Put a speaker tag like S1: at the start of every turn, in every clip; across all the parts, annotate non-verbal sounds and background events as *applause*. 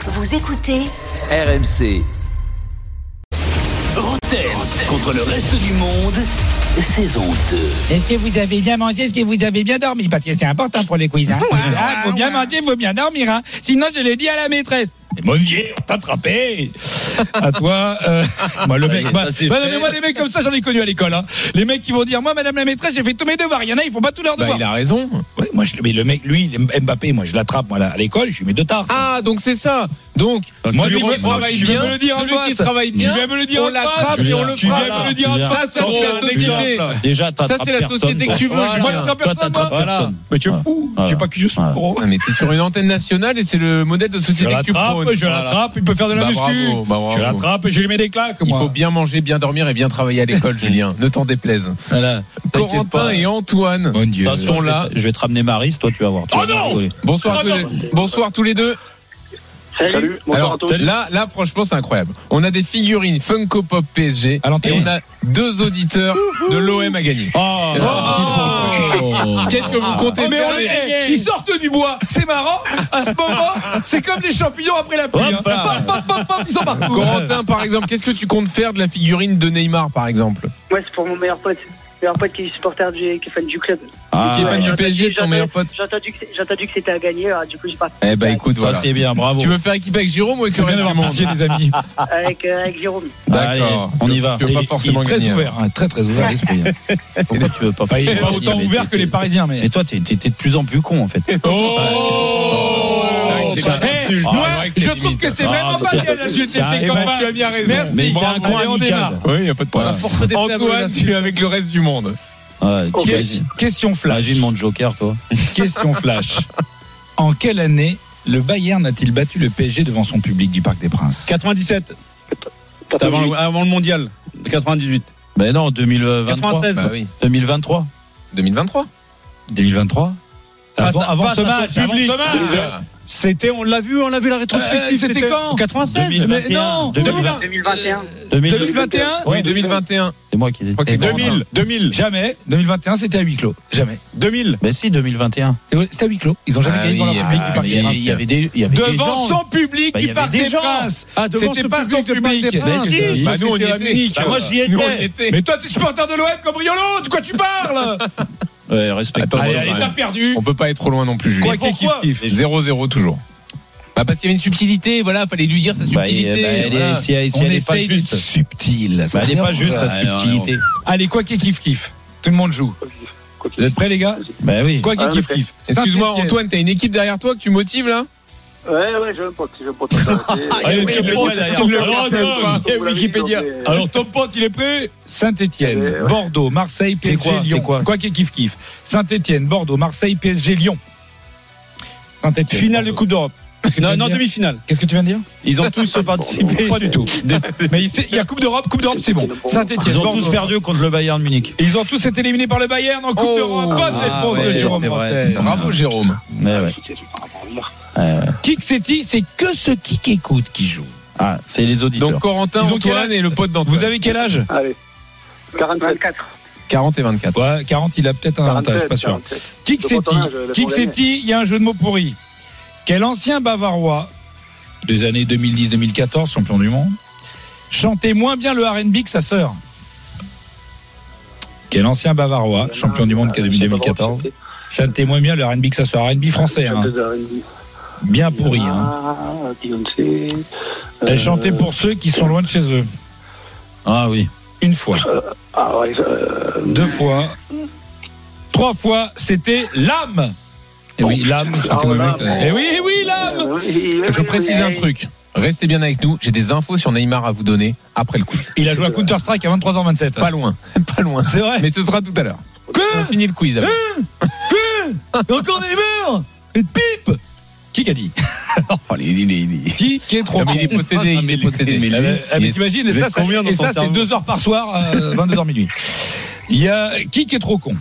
S1: Vous écoutez
S2: RMC. Roten contre le reste du monde, saison 2.
S3: Est-ce que vous avez bien mangé Est-ce que vous avez bien dormi Parce que c'est important pour les quiz. Hein. Ah, faut bien manger, faut bien dormir. Hein. Sinon, je le dis à la maîtresse. Mais Mon vieux, on t'a attrapé À toi,
S4: *laughs*
S3: euh, moi le mec, moi,
S4: c'est
S3: bah non,
S4: fait.
S3: mais moi les mecs comme ça, j'en ai connu à l'école. Hein. Les mecs qui vont dire, moi, madame la maîtresse, j'ai fait tous mes devoirs. Il y en a, ils font pas tous leurs
S4: Bah,
S3: devoirs.
S4: il a raison.
S3: Ouais, moi, je, mais le mec, lui, il aime Mbappé, moi, je l'attrape, moi, là, à l'école, je lui mets deux tartes.
S4: Ah, donc c'est ça. Donc,
S3: Moi,
S4: celui
S3: tu me-
S4: qui travaille
S3: tu veux
S4: bien,
S3: me le dire en
S4: celui qui
S3: face.
S4: travaille bien,
S3: tu viens me le dire
S4: on
S3: en face.
S4: l'attrape et on le
S3: Tu
S4: frappe.
S3: viens me le dire en
S4: Ça,
S3: face.
S4: c'est la société.
S5: Déjà,
S4: Ça,
S5: t'attrapes
S4: c'est la
S5: personne.
S4: société que
S5: toi.
S4: tu veux.
S3: Moi,
S4: Julien.
S3: j'attrapes
S5: Toi,
S3: personne,
S5: t'attrapes
S3: moi.
S5: personne.
S3: Mais tu es fou.
S5: Voilà.
S3: Je sais pas qui je suis,
S5: Voilà.
S3: gros.
S4: Ah, mais t'es sur une antenne nationale et c'est le modèle de
S3: Je
S4: société que tu
S3: l'attrape,
S4: prônes.
S3: je
S4: Voilà.
S3: l'attrape, il peut faire de la
S4: Bah,
S3: muscu.
S4: bravo, bah, bravo.
S3: Je l'attrape et je lui mets des claques,
S4: Il
S3: moi.
S4: faut bien manger, bien dormir et bien travailler à
S3: *laughs*
S4: l'école, Julien. Ne t'en déplaise.
S3: Voilà.
S5: T'inquiète
S4: Corentin
S5: pas.
S4: et Antoine.
S3: Mon Dieu.
S5: De toute façon,
S4: sont
S5: je vais
S4: là.
S5: te- Je vais te ramener Maris, toi, tu vas voir. Tu
S3: Oh
S5: vas
S3: non
S5: rigoler.
S4: Bonsoir,
S3: Ah,
S4: tous
S3: non.
S4: les... Bonsoir tous les deux.
S6: Salut, bonsoir
S4: Alors
S6: à tous.
S4: là, là, franchement, c'est incroyable. On a des figurines Funko Pop PSG
S3: À l'antenne.
S4: et on a deux auditeurs de l'OM à gagner.
S3: Oh, Ah,
S4: Oh. Qu'est-ce que vous comptez
S3: mais
S4: faire
S3: on
S4: les-
S3: est- eh, ils sortent du bois, c'est marrant. À ce moment, c'est comme les champignons après la pluie. hein. Pop, pop, pop, pop, ils sont partout.
S4: *laughs* Corentin, par exemple, qu'est-ce que tu comptes faire de la figurine de Neymar, par exemple
S6: Ouais, c'est pour mon meilleur pote. Meilleur pote qui est supporter du, qui est fan du club.
S5: Ah,
S4: Qui est fan
S6: ouais.
S4: du PSG, ton
S6: J'entends-
S4: meilleur pote
S6: J'ai entendu, que- j'ai entendu que c'était à gagner, alors du coup j'ai parti
S4: Eh ben, écoute,
S5: Ça,
S4: voilà.
S5: c'est bien, bravo.
S4: Tu veux faire équipe avec Jérôme ou avec
S3: C'est bien d'avoir
S4: Corinne
S3: mangé,
S4: Dumont
S3: les amis.
S6: avec, euh, avec Jérôme.
S4: D'accord.
S5: Allez, on y va.
S4: Tu veux pas
S5: Il-
S4: forcément
S5: il est
S3: Très
S4: gagner.
S3: ouvert, hein, très très ouvert l'esprit. *laughs* hein.
S5: Pourquoi tu veux pas
S3: Enfin, il est
S5: faire
S3: pas
S5: gagner,
S3: autant
S5: mais
S3: ouvert
S5: t'es-
S3: que les Parisiens, mais.
S5: Et toi, t'es t'es- t'es de plus en plus con, en fait.
S3: Oh
S4: C'est vrai que c'est
S3: Eh,
S4: pas
S3: moi,
S4: c'est vrai que c'est
S3: je trouve
S4: limite.
S3: que c'est vraiment
S5: Ah, mais
S3: pas
S5: c'est-
S3: bien d'insulter
S5: c'est un-
S3: ses
S5: eh ben,
S3: copains. Ah,
S4: Tu as bien raison.
S3: Merci.
S5: Mais c'est un
S3: Allez,
S5: coin
S3: on
S5: amical.
S3: démarre.
S4: Oui, il n'y a pas de problème. Antoine, tu es avec le reste du monde.
S5: Ouais, tu
S3: Ques- Question flash.
S5: Imagine mon joker, toi.
S3: *laughs* Question flash. En quelle année le Bayern a-t-il battu le PSG devant son public du Parc des Princes
S7: 97. C'était avant,
S3: Ah.
S7: le- avant le mondial. de 98.
S5: Ben non, 2023.
S7: 96.
S4: Bah oui.
S5: 2023.
S4: 2023.
S3: 2023
S7: Face-
S3: Avant, avant
S7: face
S3: ce
S7: à son
S3: match, avant
S7: public.
S3: ce match.
S4: Ah.
S7: C'était, on l'a vu, on l'a vu la rétrospective.
S3: Euh, c'était quand
S7: 96.
S5: 2021.
S3: Mais non,
S5: c'est
S7: 2020.
S6: 2021.
S3: 2021
S5: Ouais,
S4: Oui, 2021.
S5: C'est moi qui l'ai dit.
S4: Ok,
S3: Et
S4: Corentin.
S7: 2000, 2000,
S3: Jamais. 2021, c'était à huis clos. Jamais.
S7: 2000.
S5: Ben si, 2021.
S3: C'était c'était à huis clos. Ils ont jamais
S4: Ah
S3: gagné devant
S4: oui,
S3: leur
S4: ah
S3: public du
S5: Ah,
S3: Parc
S5: mais
S3: des Princes.
S5: Il y avait des, il y avait des
S3: Devant
S5: gens.
S3: son public
S5: Bah, il y
S3: du
S5: avait
S3: Parc
S5: des
S3: des
S5: gens.
S3: Princes.
S7: Ah, devant
S3: C'était
S7: ce
S3: pas son
S7: public de Parc des
S3: public.
S7: Princes.
S3: Mais
S7: si,
S4: Bah, nous, on y était.
S5: Bah, moi, j'y
S4: Nous, on y
S5: étais.
S4: était.
S3: Mais toi, t'es supporter de l'OM, Cambriolo De quoi tu parles Ah,
S5: Ouais, respecte.
S4: Attends,
S3: Allez,
S4: Romain.
S3: allez, t'as perdu.
S4: On peut pas être trop loin non plus, Julien.
S3: Quoi qu'il
S7: pourquoi
S3: kiffe, kiffe.
S4: 0-0 toujours. Bah parce qu'il y avait une subtilité, voilà, fallait lui dire sa
S5: Bah, il-
S4: subtilité.
S5: bah, elle est,
S4: voilà.
S5: si elle, si
S3: On
S5: elle est pas
S3: essaye d'être
S5: juste.
S3: subtil.
S5: Bah, elle est pas juste,
S3: Ouais,
S5: la
S3: ouais,
S5: subtilité.
S3: Allez, quoi qu'il kiffe, kiffe. Tout le monde joue. Vous êtes prêts, les gars
S5: Bah oui.
S3: Quoi qu'il
S6: Ah,
S3: kiffe,
S6: ok.
S3: kiffe.
S4: Excuse-moi
S3: Saint-Étienne.
S4: Antoine, t'as une équipe derrière toi que tu motives là
S6: Ouais, ouais, je pote, je
S3: *laughs*
S6: pote.
S7: Ah, il y a
S3: Wikipédia
S7: Wikipédia derrière.
S3: Il le
S7: Alors,
S3: cache même
S7: non,
S3: pas.
S7: il y a Wikipédia.
S6: euh,
S3: Alors, ton pote, il est prêt Saint-Etienne,
S6: Ouais, ouais.
S3: Bordeaux, Marseille,
S5: Eh C'est
S3: PSG,
S5: quoi, c'est
S3: Lyon.
S5: quoi
S3: qu'il kiffe, kiffe. Saint-Etienne, Bordeaux, Marseille, PSG, Lyon. Saint-Etienne.
S7: Finale de Coupe d'Europe.
S3: Qu'est-ce que tu
S7: Non,
S3: viens de
S7: non,
S3: dire
S7: demi-finale.
S3: Qu'est-ce que tu viens de dire Oh,
S7: Ils
S5: *laughs*
S7: ont tous participé.
S3: Pas du tout. Mais il sait- il y a Coupe d'Europe, Coupe d'Europe, c'est bon. Saint-Etienne,
S5: Ils ont
S3: Bordeaux.
S5: tous perdu contre le Bayern Munich.
S3: Ils ont tous été éliminés par le Bayern en Coupe
S4: Oh.
S3: d'Europe. Bonne
S4: Ah,
S3: réponse de
S4: ouais,
S3: Jérôme
S7: c'est vrai.
S3: Brunel.
S4: Bravo Jérôme.
S5: Ouais, ouais.
S3: Kick City, c'est que ceux qui écoutent qui jouent.
S5: Ah, c'est les auditeurs.
S4: Donc Corentin,
S3: Ils ont quel âge
S4: Antoine et le pote d'Antoine.
S3: Vous avez quel âge
S6: Allez. 44.
S4: 40 et 24.
S3: Ouais, 40, il a peut-être un avantage, pas sûr.
S6: 47.
S3: Kick
S6: Le
S3: City,
S6: montage, euh, le
S3: Kick
S6: problème.
S3: City, il y a un jeu de mots pourri. Quel ancien Bavarois des années 2010-2014, champion du monde, chantait moins bien le R&B que sa sœur Quel ancien Bavarois, champion du monde qui a 2014, chantait moins bien le R&B que sa sœur R&B français, hein. bien pourri. Hein.
S6: Ah, Beyoncé. Euh,
S3: Elle chantait pour ceux qui sont loin de chez eux.
S5: Ah oui.
S3: Une fois,
S6: Ah ouais, euh,
S3: deux fois, trois fois, c'était l'âme. Et oui, l'âme.
S6: ah,
S3: chantait moins bien que- Eh oui, eh oui,
S6: Euh,
S3: l'âme.
S4: Je précise un truc. Restez bien avec nous, j'ai des infos sur Neymar à vous donner après le quiz.
S3: Il a joué à Counter-Strike à 23h27.
S4: Pas loin, *laughs* pas loin.
S3: C'est vrai.
S4: Mais ce sera tout à l'heure. On
S3: Quoi *laughs*
S4: finit le quiz. d'abord.
S3: Encore des meurs Et de pipe Qui qu'a dit
S5: oh,
S3: Qui qui est trop
S4: Non, mais il est
S3: con
S4: possédé, il est possédé.
S5: Eh
S3: Ah,
S5: ben,
S3: mais- ah,
S4: Il
S3: mais
S4: est-
S3: t'imagines, et
S7: Vous
S3: ça,
S7: êtes
S3: c'est-
S7: combien dans
S3: et
S7: ton
S3: ça, c'est
S7: cerveau
S3: deux heures par soir, euh, 22h minuit. Il y a qui qui est trop con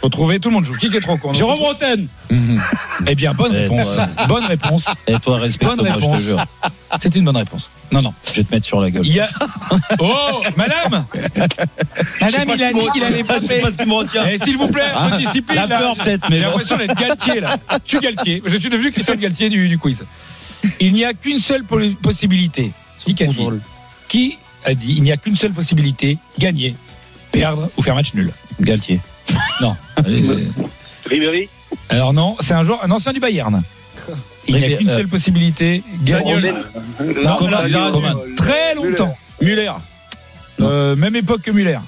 S3: Faut trouver, tout le monde joue. Qui qui est trop con
S7: Jérôme Roten.
S3: *laughs* Eh bien, bonne
S5: Eh,
S3: réponse. Bonne réponse.
S5: Et toi, respecte
S3: Bonne
S5: moi, je te
S3: réponse.
S5: jure.
S3: C'est une bonne réponse. Non, non.
S5: Je vais te mettre sur la gueule.
S3: Il y a. Oh, madame Madame, il a dit qu'il allait
S7: Je sais
S3: frapper.
S7: pas ce qui me retient.
S3: Eh, S'il vous plaît, un peu de discipline.
S5: Ah, La
S3: là.
S5: peur, peut-être, mais
S3: J'ai
S5: bon.
S3: l'impression d'être Galtier là. Je suis Galtier. Je suis devenu Christophe Galtier du, du quiz. Il n'y a qu'une seule po- possibilité. Qui a dit Qui a dit Il n'y a qu'une seule possibilité gagner, perdre ou faire match nul.
S5: Galtier.
S3: Non.
S5: Allez, c'est-
S6: Ribéry
S3: Alors non, c'est un joueur, un ancien du Bayern. Il n'y a
S5: Ribé-
S3: qu'une
S5: euh,
S3: seule possibilité gagner.
S6: Romain.
S3: Non,
S6: Romain.
S3: alors,
S5: Zidane,
S3: Coman. Très longtemps.
S7: Muller.
S3: Euh, même époque que Muller,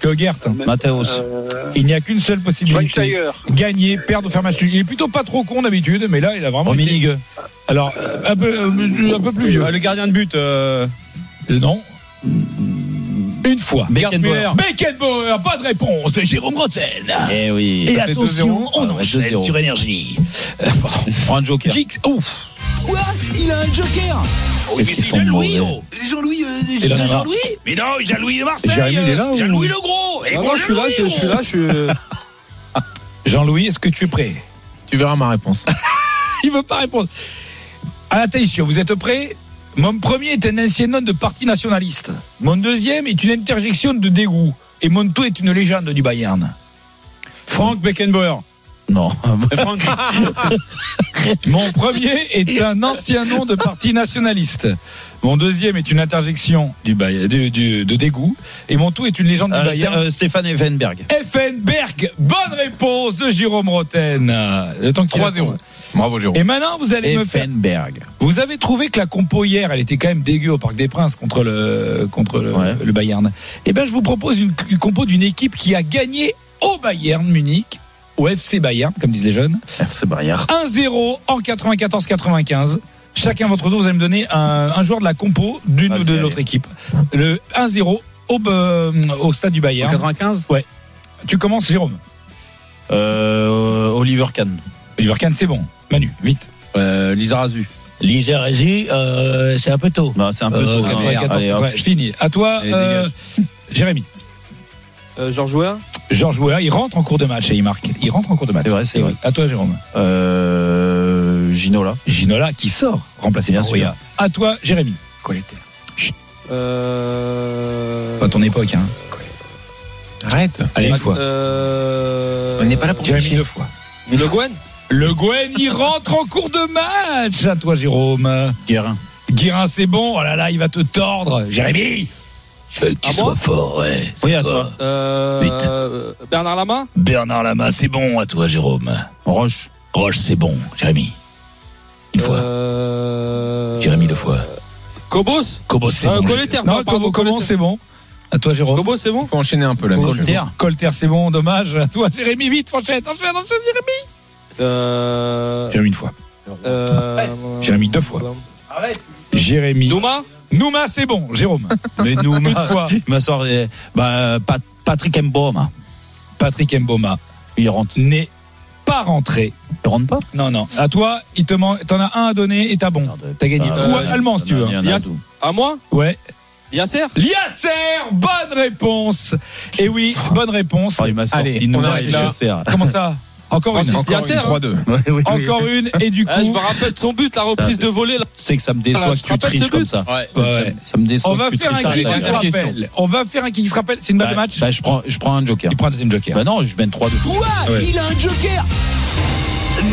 S3: que Gert.
S5: Mateos.
S6: Euh,
S3: Il n'y a qu'une seule possibilité.
S6: Schweinsteiger.
S3: Gagner, perdre ou faire match nul. Il est plutôt pas trop con d'habitude, mais là, il a vraiment. été-
S5: Rominigue.
S3: Alors, euh, un peu, euh, un peu plus vieux.
S7: Euh, Le gardien de but. euh,
S3: Non. Une fois.
S7: Gerd Müller.
S5: Beckenbauer.
S3: Beckenbauer, pas de réponse de Jérôme Rotel.
S5: Eh oui.
S2: Et
S4: Ça fait 2-0.
S2: attention, on
S5: Ah ouais,
S2: enchaîne
S5: 2-0.
S2: sur énergie.
S5: *laughs* Prends un joker.
S3: Kicks, ouf.
S2: Quoi Il a un joker Oui,
S5: Qu'est-ce
S2: Oh, mais
S5: qu'ils
S2: c'est
S5: sont
S2: Jean-Louis,
S5: mauvais.
S2: oh Jean-Louis, euh,
S3: Et là,
S2: de
S3: là.
S2: Jean-Louis Mais non, Jean-Louis de Marseille
S7: Jérémy, il est là,
S2: euh,
S7: ou-
S2: Jean-Louis le gros Et
S1: Non,
S2: gros
S1: non, je suis là,
S2: Jean-Louis,
S1: je, je suis là, je suis.
S3: Jean-Louis, est-ce que tu es prêt
S4: Tu verras ma *laughs* réponse.
S3: Il veut pas répondre. Attention, vous êtes prêts Mon premier est un ancien nom de parti nationaliste. Mon deuxième est une interjection de dégoût. Et mon tout est une légende du Bayern.
S7: Frank Beckenbauer.
S5: Non.
S7: Frank.
S3: Mon premier est un ancien nom de parti nationaliste. Mon deuxième est une interjection du Bay- du- du- de dégoût. Et mon tout est une légende du
S5: Euh,
S3: Bayern.
S5: Sté- euh, Stéphane Evenberg.
S3: Effenberg, bonne réponse de Jérôme Roten. Le temps qu'il
S4: 3-0.
S3: attend.
S4: Bravo, Jérôme.
S3: Et maintenant, vous allez me faire.
S5: Effenberg.
S3: Vous avez trouvé que la compo hier, elle était quand même dégueu au Parc des Princes contre le contre le,
S5: Ouais.
S3: le Bayern. Eh ben, je vous propose une, une compo d'une équipe qui a gagné au Bayern Munich, au FC Bayern, comme disent les jeunes,
S5: FC Bayern.
S3: 1-0 en 94-95. Chacun votre tour, vous allez me donner un, un joueur de la compo d'une
S5: Vas-y,
S3: ou de
S5: allez.
S3: l'autre équipe. Le 1-0 au, euh, au stade du Bayern.
S7: 95.
S3: Tu commences, Jérôme.
S5: Euh, Oliver Kahn.
S3: Oliver Kahn, c'est bon. Manu, vite.
S5: Euh, Lizarazu.
S2: Lisa Régie, euh, c'est un peu tôt.
S5: Non, c'est un peu
S2: Euh,
S5: tôt.
S2: quatre-vingt-quatorze,
S5: Allez, allez,
S3: 94,
S5: hop.
S3: ouais, fini. À toi,
S5: Allez,
S3: euh, Jérémy.
S1: Euh, Georges Weah,
S3: Georges Weah, il rentre en cours de match et il marque. Il rentre en cours de match.
S5: C'est vrai, c'est
S3: Et
S5: vrai.
S3: Eh oui. À toi, Jérôme.
S5: Euh, Ginola.
S3: Ginola qui sort, remplacé
S5: Bien
S3: par
S5: sûr.
S3: Weah. À toi, Jérémy. Collettaire.
S1: Euh...
S3: Pas ton époque, hein.
S4: Arrête.
S3: Allez, une
S1: Mat-
S3: fois.
S1: Euh...
S4: On n'est pas là pour
S3: Jérémy,
S4: tricher.
S3: deux fois.
S1: Le Gwen
S3: Le Gwen, il rentre en cours de match. À toi, Jérôme.
S5: Guérin.
S3: Guérin, c'est bon. Oh là là, il va te tordre. Jérémy.
S2: Je veux que
S3: Ah
S2: tu
S1: À
S2: sois
S1: moi
S2: fort, ouais. c'est
S5: Oui, à toi.
S1: euh...
S2: Huit.
S1: euh, Bernard Lama
S2: Bernard Lama, c'est bon à toi, Jérôme.
S5: Roche.
S2: Roche, c'est bon, Jérémy. Une fois.
S1: euh...
S2: Jérémy, deux fois.
S1: Cobos
S2: Cobos, c'est
S1: euh,
S2: bon.
S1: Coletaire,
S3: Non,
S1: pas- pardon,
S3: comment, comment
S1: Coletaire.
S3: c'est bon À toi, Jérôme.
S1: Cobos, c'est bon
S4: Faut enchaîner un peu là. monsieur.
S3: Colter. Colter, c'est bon, dommage. À toi, Jérémy, vite, enchaîne, enchaîne, enchaîne, Jérémy.
S1: euh...
S3: Jérémy, une fois.
S1: euh...
S3: Jérémy, deux fois. Jérémy.
S1: Nouma
S3: Nouma, c'est bon, Jérôme.
S5: *laughs* Mais nous,
S3: Une
S5: ma,
S3: fois.
S5: ma soeur, est- bah, Pat- Patrick Mboma.
S3: Patrick Mboma
S5: Il rentre.
S3: n'est pas rentré.
S5: Il rentre pas
S3: Non, non. À toi, il te manque, t'en as un à donner et t'as bon. T'as gagné.
S5: Euh,
S3: Ou allemand, si tu veux.
S5: il y en a
S1: Yes.
S5: tout.
S1: À moi
S3: Ouais.
S1: Yasser
S3: Yasser, bonne réponse. Et oui, bonne réponse.
S5: Oh, il m'a sorti.
S4: Allez,
S5: il nous
S4: on
S5: a
S4: arrête
S5: fait
S4: là.
S5: chasser.
S3: Comment ça *laughs* Encore une.
S1: Francis
S4: Encore
S1: Yasser,
S4: une
S1: hein.
S4: 3-2.
S3: Encore une. Et du coup,
S1: Ah, Je me rappelle de son but, la reprise de volée. là.
S5: C'est que ça me déçoit
S1: Voilà,
S5: que
S1: tu te
S5: tu
S1: rappelles ce
S5: triches
S1: but
S5: comme ça.
S7: Ouais.
S5: Ça
S3: ouais.
S5: me- Ça me
S3: on
S5: déçoit
S3: va
S5: que tu
S3: faire un
S5: triches
S3: kick
S5: comme
S3: qui se
S5: ça.
S4: Dernière question.
S3: rappelle. On va faire un kick qui se rappelle. C'est une balle de
S5: Bah,
S3: match.
S5: bah, je prends, je prends un joker.
S3: Il prend un deuxième joker.
S5: Bah non, je mène 3-2.
S2: Quoi Il a un joker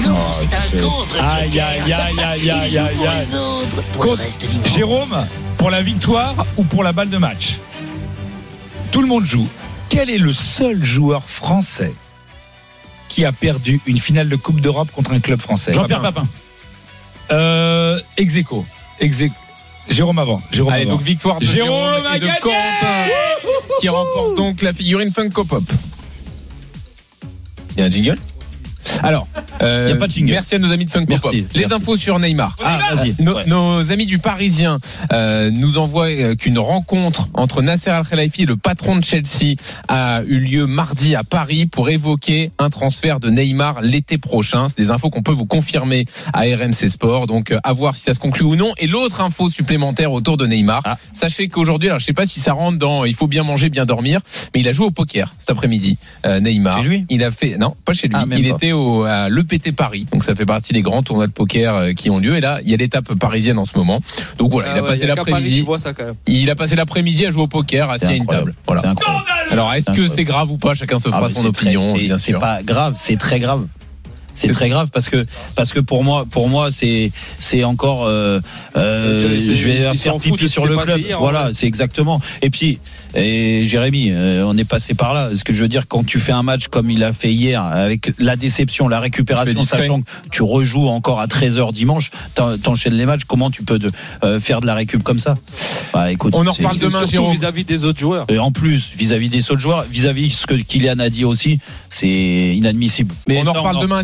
S2: Non,
S5: Oh,
S2: c'est un
S5: c'est-
S2: contre
S3: Aïe,
S2: joker.
S3: aïe, aïe, aïe,
S2: Il
S3: aïe,
S2: joue
S3: aïe,
S2: pour
S3: aïe.
S2: les autres, pour
S3: Contre-
S2: le reste du monde.
S3: Jérôme, pour la victoire ou pour la balle de match Tout le monde joue. Quel est le seul joueur français qui a perdu une finale de Coupe d'Europe contre un club français
S4: Jean-Pierre
S3: Papin. Euh, ex aequo. Ex aequo. Jérôme avant. Jérôme
S4: Allez,
S3: avant.
S4: donc victoire de
S3: Jérôme
S4: Jérôme,
S3: a
S4: et de
S3: gagné
S4: Corentin qui remporte donc la figurine Funko Pop. Il y a un jingle Alors, euh,
S5: Il y a pas de jingle.
S4: merci à nos amis de Funko
S5: Merci,
S4: Pop. Les
S5: merci.
S4: infos sur Neymar.
S5: Ah, vas-y.
S4: Nos,
S5: Ouais.
S4: nos amis du Parisien euh, nous envoient euh, qu'une rencontre entre Nasser Al-Khelaifi et le patron de Chelsea a eu lieu mardi à Paris pour évoquer un transfert de Neymar l'été prochain. C'est des infos qu'on peut vous confirmer à RMC Sport. Donc euh, à voir si ça se conclut ou non. Et l'autre info supplémentaire autour de Neymar.
S5: Ah.
S4: Sachez qu'aujourd'hui, alors je sais pas si ça rentre dans euh, il faut bien manger, bien dormir, mais il a joué au poker cet après-midi. euh, Neymar.
S5: Chez lui
S4: Il a fait non, pas chez lui.
S5: Ah, même
S4: il
S5: pas.
S4: était au à l'EPT Paris. Donc ça fait partie des grands tournois de poker euh, qui ont lieu et là, il y a l'étape parisienne en ce moment. Donc voilà, il
S1: Ah
S4: a
S1: ouais,
S4: passé
S1: y a qu'à Paris, Tu
S4: l'après-midi,
S1: vois ça quand même.
S4: il a passé l'après-midi à jouer au poker assis
S5: C'est
S4: à une
S5: incroyable.
S4: table. Voilà.
S5: C'est incroyable.
S4: Alors, est-ce
S5: C'est
S4: que
S5: incroyable.
S4: c'est grave ou pas Chacun se
S5: Ah,
S4: fera
S5: mais
S4: son
S5: c'est très-
S4: opinion,
S5: c'est-
S4: bien
S5: C'est
S4: sûr.
S5: pas grave, c'est très grave.
S8: C'est-
S5: c'est très grave parce que parce que pour moi pour moi c'est c'est encore euh, euh,
S1: C'est- c'est-
S5: je vais
S1: ils
S5: faire
S1: s'en
S5: pipi
S1: foutent de ce
S5: sur
S1: qui
S5: le
S1: s'est
S5: club.
S1: passé hier, en
S5: voilà, c'est exactement. Et puis et Jérémy, euh, on est passé par là. Ce que je veux dire quand tu fais un match comme il a fait hier avec la déception, la
S4: Tu fais
S5: récupération,
S4: discret.
S5: sachant que tu rejoues encore à 13h dimanche, t'en- t'enchaînes les matchs, comment tu peux de, euh, faire de la récup comme ça Bah écoute,
S4: On en
S5: c'est-
S4: reparle
S5: c'est-
S4: demain,
S1: Surtout
S4: Jérôme.
S1: vis-à-vis des autres joueurs.
S5: et Euh, en plus, vis-à-vis des autres joueurs, vis-à-vis ce que Kylian a dit aussi, c'est inadmissible. Mais
S4: On en
S5: ça,
S4: reparle demain à